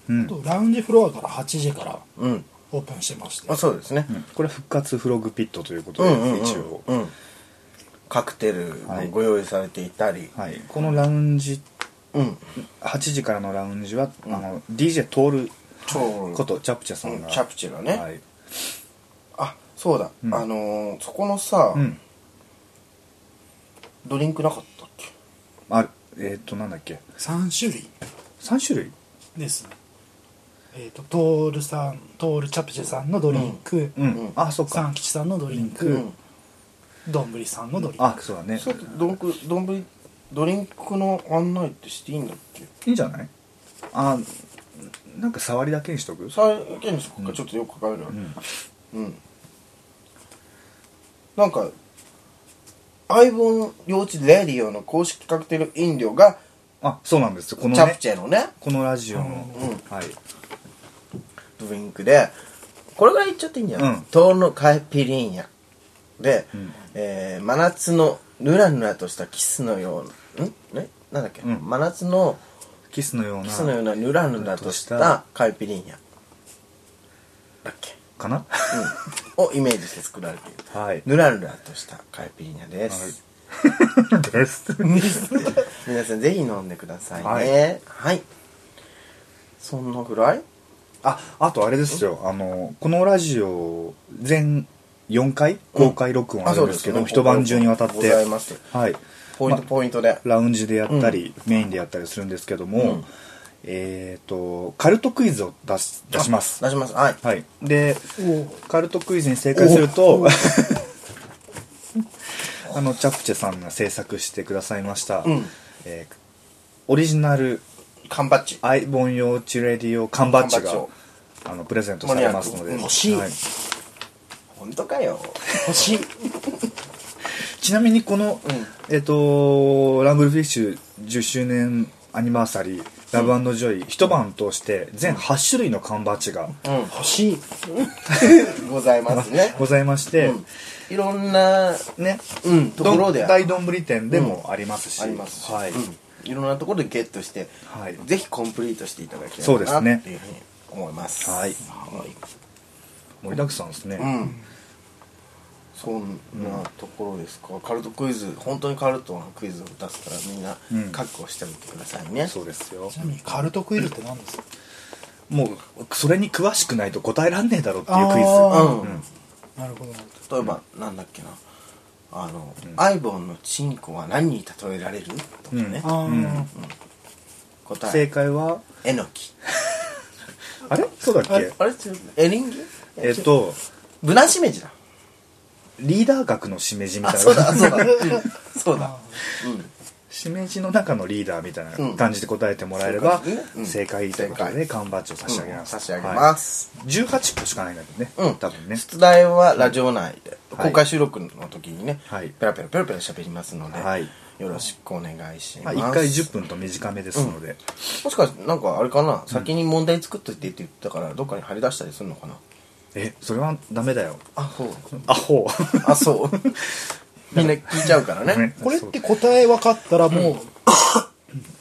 [SPEAKER 4] うん。
[SPEAKER 3] とラウンジフロアから8時から
[SPEAKER 1] うん
[SPEAKER 3] オープンしてまして
[SPEAKER 1] あそうですね、
[SPEAKER 4] これ復活フログピットということ
[SPEAKER 1] う
[SPEAKER 4] で、
[SPEAKER 1] んうんうん
[SPEAKER 4] 一応、
[SPEAKER 1] うんカクテルもご用意されていたり、
[SPEAKER 4] はい、このラウンジ
[SPEAKER 1] うん
[SPEAKER 4] 8時からのラウンジは、あの DJ トール
[SPEAKER 1] 超
[SPEAKER 4] ことチャプチャさんが、
[SPEAKER 1] うんチャプチェがね
[SPEAKER 4] はい
[SPEAKER 1] あそうだ、
[SPEAKER 4] うん
[SPEAKER 1] あのーそこのさ、
[SPEAKER 4] うん、
[SPEAKER 1] ドリンクなかったっけ
[SPEAKER 4] あえっ、となんだっけ
[SPEAKER 3] 3種類
[SPEAKER 4] 3種類
[SPEAKER 3] ですねえっ、とトールさんトールチャプチェさんのドリンク、
[SPEAKER 4] うん、
[SPEAKER 1] うん
[SPEAKER 4] あそっ
[SPEAKER 3] サ
[SPEAKER 4] か
[SPEAKER 3] ンキチさんのドリンク、
[SPEAKER 1] うん
[SPEAKER 3] どんぶりさんのドリンク、
[SPEAKER 4] あそうだね
[SPEAKER 1] それってドンクドンブリドリンクの案内ってしていいんだっけ
[SPEAKER 4] いいんじゃないあなんか触りだけにしとく
[SPEAKER 1] さあけにしかちょっとよく考えるわ
[SPEAKER 4] うん
[SPEAKER 1] うん、なんか相棒領地レディオの公式カクテル飲料が
[SPEAKER 4] あそうなんですよこの
[SPEAKER 1] チャ
[SPEAKER 4] ね
[SPEAKER 1] プチェのね
[SPEAKER 4] このラジオの、
[SPEAKER 1] ん
[SPEAKER 4] はい
[SPEAKER 1] ドリンクでこれぐらいいっちゃっていいんじゃない、
[SPEAKER 4] うん
[SPEAKER 1] 糖のカイピリンヤで、
[SPEAKER 4] ん
[SPEAKER 1] えー真夏のぬらぬらとしたキスのようなんねなんだっけ、
[SPEAKER 4] うん
[SPEAKER 1] 真夏の
[SPEAKER 4] キスのよう
[SPEAKER 1] キスのよう
[SPEAKER 4] な
[SPEAKER 1] なぬらぬらとし
[SPEAKER 4] ぬ
[SPEAKER 1] た
[SPEAKER 4] ら
[SPEAKER 1] カイピリンヤだっけ、
[SPEAKER 4] かな
[SPEAKER 1] うん、をイメージして作られている
[SPEAKER 4] はい
[SPEAKER 1] ぬらぬらとしたカイピリーニャです、
[SPEAKER 4] です
[SPEAKER 1] 皆さんぜひ飲んでくださいねは、
[SPEAKER 4] はい
[SPEAKER 1] そんなぐらい
[SPEAKER 4] ああとあれですよあのこのラジオ全4回公開録音あるんですけど、
[SPEAKER 1] ね
[SPEAKER 4] 一晩中にわたっ
[SPEAKER 1] ご
[SPEAKER 4] て
[SPEAKER 1] ざいます
[SPEAKER 4] はい
[SPEAKER 1] ポイント
[SPEAKER 4] ま
[SPEAKER 1] ポイントで、
[SPEAKER 4] ラウンジでやったり、メインでやったりするんですけども、
[SPEAKER 1] うん
[SPEAKER 4] えっ、とカルトクイズを出し出します
[SPEAKER 1] 出しますはい
[SPEAKER 4] はいで
[SPEAKER 3] おう
[SPEAKER 4] カルトクイズに正解すると あのチャプチェさんが制作してくださいました、
[SPEAKER 1] うん
[SPEAKER 4] えーオリジナル
[SPEAKER 1] 缶バッジ
[SPEAKER 4] アイボン用チレディオ缶バッジ
[SPEAKER 1] 缶
[SPEAKER 4] が
[SPEAKER 1] バッジ
[SPEAKER 4] あのプレゼントされますので
[SPEAKER 1] マニアックうん欲
[SPEAKER 3] しい
[SPEAKER 4] は
[SPEAKER 1] 本当かよ
[SPEAKER 3] 欲しい
[SPEAKER 4] ちなみにこの、えっ、とランブルフィッシュ10周年アニバーサリーラブジョイ、一晩通して全8種類の缶バッジが
[SPEAKER 1] う
[SPEAKER 3] 欲 しい
[SPEAKER 1] んございますね
[SPEAKER 4] ございまして、
[SPEAKER 1] うんいろんな
[SPEAKER 4] ね
[SPEAKER 1] うんところで
[SPEAKER 4] どん大丼ぶり店でもありますし、
[SPEAKER 1] ありますし、
[SPEAKER 4] はい、
[SPEAKER 1] うんいろんなところでゲットして、
[SPEAKER 4] はい
[SPEAKER 1] ぜひコンプリートしていただきた
[SPEAKER 4] そう
[SPEAKER 1] い
[SPEAKER 4] で
[SPEAKER 1] な
[SPEAKER 4] すね
[SPEAKER 1] っていうふうに思います
[SPEAKER 4] はい
[SPEAKER 1] はい
[SPEAKER 4] 盛りだくさんですね、
[SPEAKER 1] うんそんなところですか、カルトクイズ本当にカルトのクイズを出すからみんな
[SPEAKER 4] うん
[SPEAKER 1] 覚悟しておいてくださいね、
[SPEAKER 4] そうですよ
[SPEAKER 3] ちなみにカルトクイズって何ですか
[SPEAKER 4] もうそれに詳しくないと答えらんねえだろっていうクイズ
[SPEAKER 3] あ
[SPEAKER 1] うん
[SPEAKER 3] なるほど
[SPEAKER 1] 例えば、なんだっけなあの、アイボンのチンコは何に例えられるとかね、
[SPEAKER 3] ああ、
[SPEAKER 1] 答
[SPEAKER 4] 正
[SPEAKER 1] え
[SPEAKER 4] 解は
[SPEAKER 1] えのき
[SPEAKER 4] あれそうだっ
[SPEAKER 1] あ
[SPEAKER 4] け
[SPEAKER 1] れあれ違うエリンギ
[SPEAKER 4] えっ、と
[SPEAKER 1] ブナシメジだ
[SPEAKER 4] リーダー格のしめじみ
[SPEAKER 1] あ
[SPEAKER 4] たい
[SPEAKER 1] そう
[SPEAKER 4] な
[SPEAKER 1] だそうだ、うんそうだ
[SPEAKER 3] あ
[SPEAKER 4] しめじの中のリーダーみたいな感じで答えてもらえれば、
[SPEAKER 1] そうかうん
[SPEAKER 4] 正解ということ
[SPEAKER 1] 正
[SPEAKER 4] で
[SPEAKER 1] 解
[SPEAKER 4] 缶バッジを差し上げます、
[SPEAKER 1] 差し上げま
[SPEAKER 4] は
[SPEAKER 1] す、
[SPEAKER 4] い、18個しかないんだけどね、
[SPEAKER 1] うん
[SPEAKER 4] 多分ね
[SPEAKER 1] 出題はラジオ内で、
[SPEAKER 4] はい
[SPEAKER 1] 公開収録の時にね、
[SPEAKER 4] はい
[SPEAKER 1] ペラペラペラペラ喋りますので、
[SPEAKER 4] はい
[SPEAKER 1] よろしくお願いし
[SPEAKER 4] ま
[SPEAKER 1] ます、
[SPEAKER 4] あ、1回10分と短めですので、
[SPEAKER 1] もしかしてなんかあれかな先に問題作っといてって言ったからどっかに貼り出したりするのかな
[SPEAKER 4] えそれはダメだよ
[SPEAKER 1] あそう
[SPEAKER 4] アホ
[SPEAKER 1] あそうみんな聞いちゃうからね
[SPEAKER 4] ね
[SPEAKER 3] これって答え分かったらもうお
[SPEAKER 1] 挙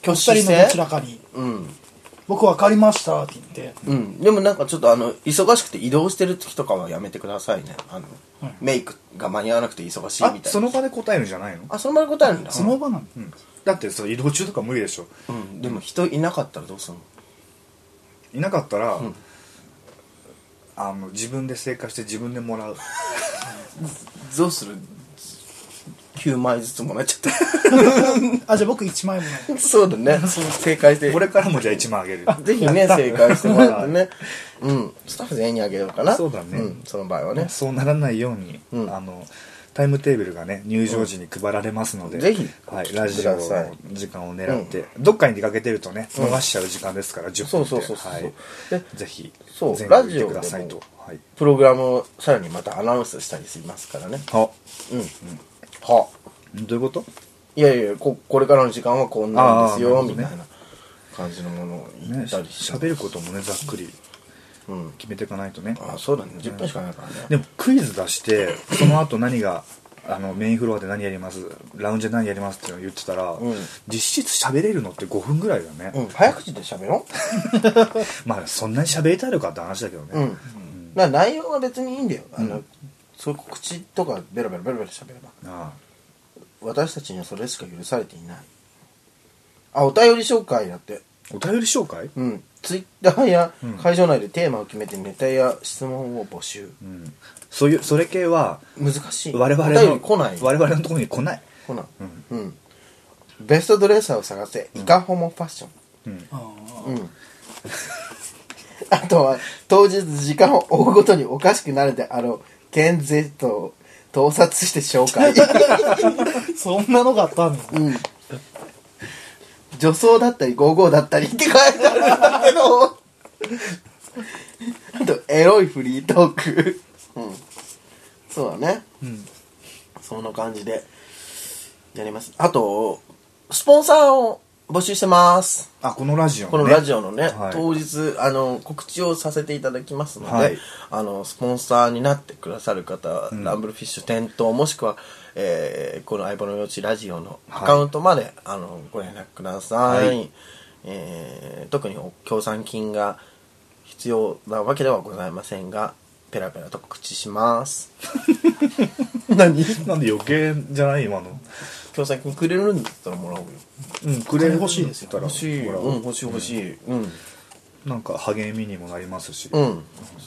[SPEAKER 3] 二人のどちらかに
[SPEAKER 1] うん
[SPEAKER 3] 「僕分かりました」って言って
[SPEAKER 1] うんでもなんかちょっとあの忙しくて移動してる時とかはやめてくださいねあの、
[SPEAKER 3] はい
[SPEAKER 1] メイクが間に合わなくて忙しいみた
[SPEAKER 4] あ
[SPEAKER 1] いな
[SPEAKER 4] その場で答えるんじゃないの
[SPEAKER 1] あその場で答えるんだ
[SPEAKER 3] その場なの、
[SPEAKER 4] うんだってそれ移動中とか無理でしょ
[SPEAKER 1] うんでも人いなかったらどうするの
[SPEAKER 4] いなかったら、あの自分で正解して自分でもらう
[SPEAKER 1] どうする9枚ずつもらっちゃっ
[SPEAKER 3] あじゃあ僕1枚もない
[SPEAKER 1] た そうだね正解して
[SPEAKER 4] これからもじゃあ1万あげる
[SPEAKER 1] ぜひ ね正解してもらってね うんスタッフ全員にあげようかな
[SPEAKER 4] そうだね
[SPEAKER 1] ん、その場合はね
[SPEAKER 4] そうならないように、
[SPEAKER 1] うん
[SPEAKER 4] あのタイムテーブルがね入場時に配られますので、
[SPEAKER 1] ぜひ
[SPEAKER 4] はい、ラジオの
[SPEAKER 1] ください
[SPEAKER 4] 時間を狙って、どっかに出かけてるとね逃しちゃう時間ですから、10
[SPEAKER 1] そ
[SPEAKER 4] 分
[SPEAKER 1] う
[SPEAKER 4] って
[SPEAKER 1] そうそうそう
[SPEAKER 4] はい、
[SPEAKER 1] で
[SPEAKER 4] ぜひ
[SPEAKER 1] そう
[SPEAKER 4] 全国
[SPEAKER 1] ラ
[SPEAKER 4] 行っ
[SPEAKER 1] ジ
[SPEAKER 4] て
[SPEAKER 1] オで
[SPEAKER 4] く
[SPEAKER 1] も
[SPEAKER 4] ださいと、はい、
[SPEAKER 1] プログラムをさらにまたアナウンスしたりしますからね
[SPEAKER 4] あ
[SPEAKER 1] うん、は
[SPEAKER 4] どういうこと
[SPEAKER 1] いやいやここれからの時間はこんなんです
[SPEAKER 4] あ
[SPEAKER 1] よ、
[SPEAKER 4] ーなるほ
[SPEAKER 1] み
[SPEAKER 4] どね
[SPEAKER 1] たいな感じのものを言
[SPEAKER 4] ね
[SPEAKER 1] ったりして、
[SPEAKER 4] 喋ることもねざっくり
[SPEAKER 1] うん
[SPEAKER 4] 決めていかないとね
[SPEAKER 1] あそうだね10分しかないからね
[SPEAKER 4] でもクイズ出してその後何があのメインフロアで何やりますラウンジで何やりますっていうのを言ってたら、
[SPEAKER 1] うん
[SPEAKER 4] 実質喋れるのって5分ぐらいだね、
[SPEAKER 1] うん、早口で喋ろ
[SPEAKER 4] まあそんなに喋りたいのかって話だけどね、
[SPEAKER 1] う。うん。な内容は別にいいんだよ。あの、そういう口とかベラベラベラベラ喋れば。
[SPEAKER 4] あ
[SPEAKER 1] 私たちにはそれしか許されていない。あ、お便り紹介だって。
[SPEAKER 4] あお便り紹介、
[SPEAKER 1] うん。ツイッターや
[SPEAKER 4] うん
[SPEAKER 1] 会場内でテーマを決めてネタや質問を募集。
[SPEAKER 4] うん、そういうそれ系は
[SPEAKER 1] 難しい。
[SPEAKER 4] 我々
[SPEAKER 1] お便り
[SPEAKER 4] の
[SPEAKER 1] 来ない。
[SPEAKER 4] 我々のところに来ない、
[SPEAKER 1] 来ない。うん。ベストドレッサーを探せ。イカホモファッション。
[SPEAKER 4] うん
[SPEAKER 3] あ
[SPEAKER 1] うんあとは当日時間を追うごとにおかしくなるであろう県税と盗撮して紹 介、
[SPEAKER 3] ーそんなのがあったんですね
[SPEAKER 1] うん、女装だったり55だったりって書いてあるんだけどあとエロいフリートーク、うん、そうだね
[SPEAKER 3] うん
[SPEAKER 1] そんな感じでやりますあとスポンサーを募集してます
[SPEAKER 4] あこのラジオ、ね、
[SPEAKER 1] このラジオのね、
[SPEAKER 4] はい
[SPEAKER 1] 当日あの告知をさせていただきますので、
[SPEAKER 4] はい
[SPEAKER 1] あのスポンサーになってくださる方は、ランブルフィッシュ店頭もしくは、えーこの「相棒のよちラジオ」のアカウントまで、あのご連絡ください、
[SPEAKER 4] は
[SPEAKER 1] えー特にお協賛金が必要なわけではございませんがペラペラと告知し ます
[SPEAKER 4] 何なんで余計じゃない今の
[SPEAKER 1] 協賛金くれるんだったらもらおうよ
[SPEAKER 4] うんくれる
[SPEAKER 3] 欲しいですよ
[SPEAKER 4] だったら
[SPEAKER 1] 欲しい
[SPEAKER 4] もらお
[SPEAKER 1] うん
[SPEAKER 4] う
[SPEAKER 1] 欲しい欲しいうん
[SPEAKER 4] なんか励みにもなりますし、
[SPEAKER 1] うん、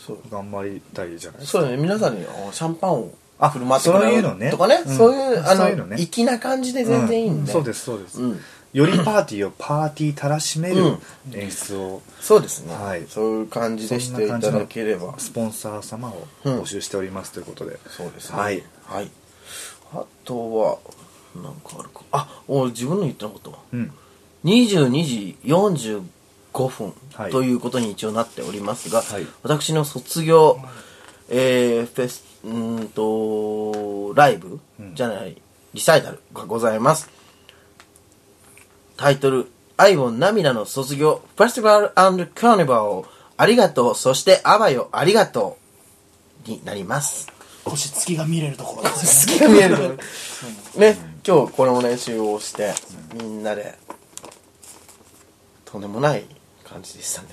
[SPEAKER 1] そう
[SPEAKER 4] 頑張りたいじゃないですか
[SPEAKER 1] そうだね皆さんにあのシャンパンを
[SPEAKER 4] あ
[SPEAKER 1] 振る舞ってくれる
[SPEAKER 4] そういうのね
[SPEAKER 1] とかね、
[SPEAKER 4] うん
[SPEAKER 1] そういうあの
[SPEAKER 4] そういうのね
[SPEAKER 1] 粋な感じで全然いいんで、
[SPEAKER 4] うそうですそうです、
[SPEAKER 1] うん
[SPEAKER 4] よりパーティーをパーティーたらしめ
[SPEAKER 1] う
[SPEAKER 4] る
[SPEAKER 1] ん
[SPEAKER 4] 演出を、
[SPEAKER 1] そうですね、
[SPEAKER 4] はい
[SPEAKER 1] そういう感じでし
[SPEAKER 4] そ
[SPEAKER 1] て
[SPEAKER 4] ん
[SPEAKER 1] い
[SPEAKER 4] な
[SPEAKER 1] た
[SPEAKER 4] 感じの
[SPEAKER 1] だければ
[SPEAKER 4] スポンサー様を募集しておりますということで、
[SPEAKER 1] そうですね
[SPEAKER 4] はい、
[SPEAKER 1] はい、あとはなんかあるかあお自分の言ってなかったわ
[SPEAKER 4] うん、
[SPEAKER 1] 22時45分
[SPEAKER 4] はい
[SPEAKER 1] ということに一応なっておりますが、
[SPEAKER 4] はい
[SPEAKER 1] 私の卒業、えーフェスうーんとライブじゃない、リサイタルがございますタイトル「アイボン涙の卒業フェスティバルカーニバルありがとうそしてあばよありがとう」になります
[SPEAKER 3] 腰つきが見れるところですよ
[SPEAKER 1] 月
[SPEAKER 3] ね
[SPEAKER 1] が見えるね今日この練習をしてみんなでとんでもない感じでしたね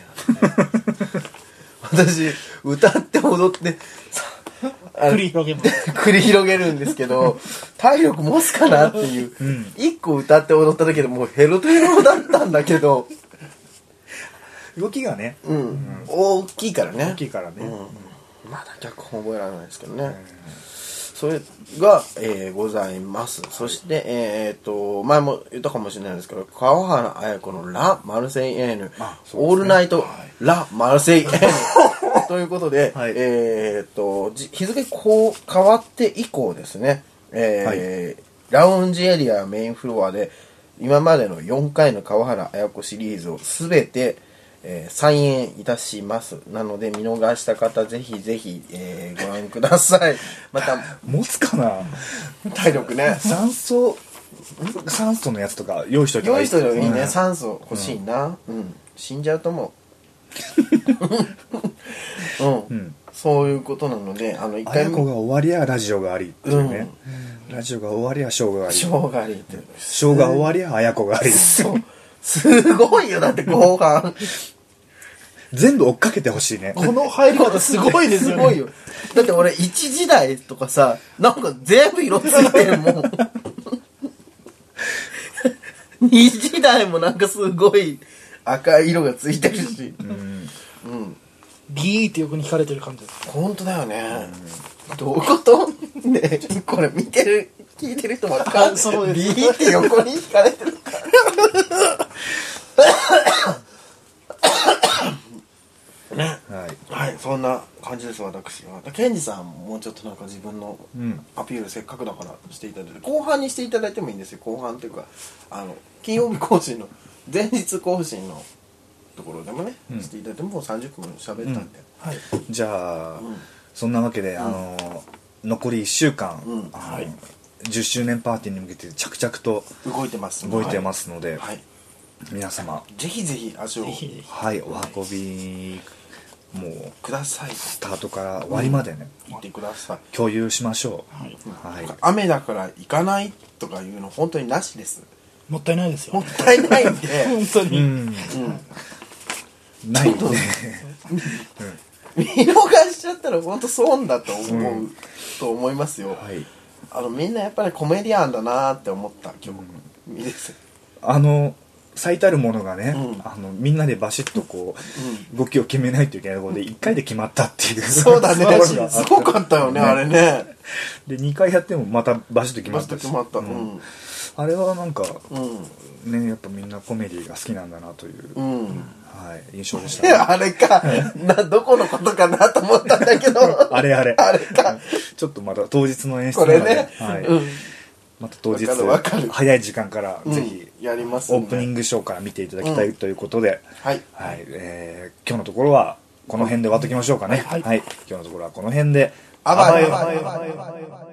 [SPEAKER 1] 私歌って踊ってさあの
[SPEAKER 3] 繰り広げます
[SPEAKER 1] 繰り広げるんですけど体力持つかなっていう、一個歌って踊っただけでもうヘロヘロだったんだけど、
[SPEAKER 4] 動きがね
[SPEAKER 1] うん大きいからね
[SPEAKER 4] 大きいからね、
[SPEAKER 1] まだ脚本覚えられないですけどね、それが、えーございます、そしてえっと前も言ったかもしれないですけど川原綾子の「ラ・マルセイエーヌ」オールナイト・ラ・マルセ イエーヌ」ということで、
[SPEAKER 4] はい
[SPEAKER 1] えっとじ日付こう変わって以降ですね、えーラウンジエリアメインフロアで今までの4回の川原綾子シリーズを全て、えー再演いたしますなので見逃した方ぜひぜひ、えーご覧くださ いまた
[SPEAKER 4] 持つかな
[SPEAKER 1] 体力ね
[SPEAKER 4] 酸素酸素のやつとか用意しといた方
[SPEAKER 1] 用
[SPEAKER 4] がい
[SPEAKER 1] 意
[SPEAKER 4] い
[SPEAKER 1] しといた方がいいね、
[SPEAKER 4] うん
[SPEAKER 1] 酸素欲しいなうん、死んじゃうと思 ううん、
[SPEAKER 4] ん
[SPEAKER 1] そういうことなのであの一
[SPEAKER 4] あや
[SPEAKER 1] 回
[SPEAKER 4] こ
[SPEAKER 1] も
[SPEAKER 4] が終わりやラジオがありっていうね、ラジオが終わりやショーがあり
[SPEAKER 1] し
[SPEAKER 4] シ
[SPEAKER 1] ょうがいいって
[SPEAKER 4] ョーが終わりやあやこがあり
[SPEAKER 1] そうすごいよだって後半
[SPEAKER 4] 全部追っかけてほしいね
[SPEAKER 3] この入り方すごいです
[SPEAKER 1] す
[SPEAKER 3] よ
[SPEAKER 1] ごい
[SPEAKER 3] ね
[SPEAKER 1] よ。だって俺、一時代とかさ、なんか全部色ついてるもん。二時代もなんかすごい赤い色がついてるし。
[SPEAKER 4] うん
[SPEAKER 1] うん。
[SPEAKER 3] ギーって横に引かれてる感じです
[SPEAKER 1] ほんとだよね。どういうことねえこれ見てる、聞いてる人わかん
[SPEAKER 3] あ
[SPEAKER 1] ない。
[SPEAKER 3] そうです
[SPEAKER 1] ビーって横に引かれてるから。
[SPEAKER 4] はい
[SPEAKER 1] はい、そんな感じです、私は。ケンジさんももうちょっとなんか自分の
[SPEAKER 4] うん
[SPEAKER 1] アピールせっかくだからしていただいて、後半にしていただいてもいいんですよ、後半っていうか、あの、金曜日更新の、 前日更新のところでもね、
[SPEAKER 4] うん
[SPEAKER 1] していただいても、もう30分喋ったんで。
[SPEAKER 3] はい
[SPEAKER 4] じゃあ、
[SPEAKER 1] うん
[SPEAKER 4] そんなわけで、あの残り1週間、
[SPEAKER 1] うん
[SPEAKER 4] あの
[SPEAKER 1] はい
[SPEAKER 4] 10周年パーティーに向けて着々と
[SPEAKER 1] 動いてます。
[SPEAKER 4] 動いてますすので、
[SPEAKER 1] はい。
[SPEAKER 4] 皆様
[SPEAKER 1] ぜひぜひ足を。
[SPEAKER 3] ぜひぜひ
[SPEAKER 4] はいお運びもう
[SPEAKER 1] ください
[SPEAKER 4] スタートから終わりまでね、
[SPEAKER 1] 行ってください
[SPEAKER 4] 共有しましょう
[SPEAKER 3] はい
[SPEAKER 4] はい、
[SPEAKER 1] 雨だから行かないとかいうの本当になしです
[SPEAKER 3] もったいないですよ
[SPEAKER 1] も
[SPEAKER 3] ね
[SPEAKER 1] ったいないんで
[SPEAKER 3] 本当に、
[SPEAKER 4] うんな いね
[SPEAKER 1] 見逃しちゃったら本当損だと思う、と思いますよ、
[SPEAKER 4] はい
[SPEAKER 1] あのみんなやっぱりコメディアンだなーって思った今日、いいです
[SPEAKER 4] あの最たるものがね、
[SPEAKER 1] うん
[SPEAKER 4] あのみんなでバシッとこう、動きを決めないといけないところで1回で決まったっていう
[SPEAKER 1] そうだ
[SPEAKER 4] ところ
[SPEAKER 1] ね
[SPEAKER 4] が
[SPEAKER 1] すごかったよね
[SPEAKER 4] ね
[SPEAKER 1] あれね
[SPEAKER 4] で2回やってもまたバシッと決ま
[SPEAKER 1] ま
[SPEAKER 4] っ
[SPEAKER 1] したた
[SPEAKER 4] し
[SPEAKER 1] 決まったう
[SPEAKER 4] うん
[SPEAKER 1] ん
[SPEAKER 4] あれはなんか
[SPEAKER 1] うん
[SPEAKER 4] ねやっぱみんなコメディが好きなんだなという、
[SPEAKER 1] うん
[SPEAKER 4] はい、印象でし
[SPEAKER 1] で
[SPEAKER 4] た
[SPEAKER 1] あれかなどこのことかなと思ったんだけど
[SPEAKER 4] あれあれ
[SPEAKER 1] あれか
[SPEAKER 4] ちょっとまた当日の演出
[SPEAKER 1] こ
[SPEAKER 4] なので
[SPEAKER 1] れね、
[SPEAKER 4] はい
[SPEAKER 1] うん
[SPEAKER 4] また当日
[SPEAKER 1] わかるわかる
[SPEAKER 4] 早い時間から
[SPEAKER 1] うん
[SPEAKER 4] ぜひ、
[SPEAKER 1] やりますん
[SPEAKER 4] オ
[SPEAKER 1] で
[SPEAKER 4] ープニングショーから見ていただきたいということで、
[SPEAKER 1] はい
[SPEAKER 4] はいえー今日のところはこの辺で終わっときましょうかね、
[SPEAKER 3] はい
[SPEAKER 4] 今日のところはこの辺で
[SPEAKER 1] あば
[SPEAKER 4] あば
[SPEAKER 1] よ
[SPEAKER 4] よ
[SPEAKER 1] あばよあばよあばよ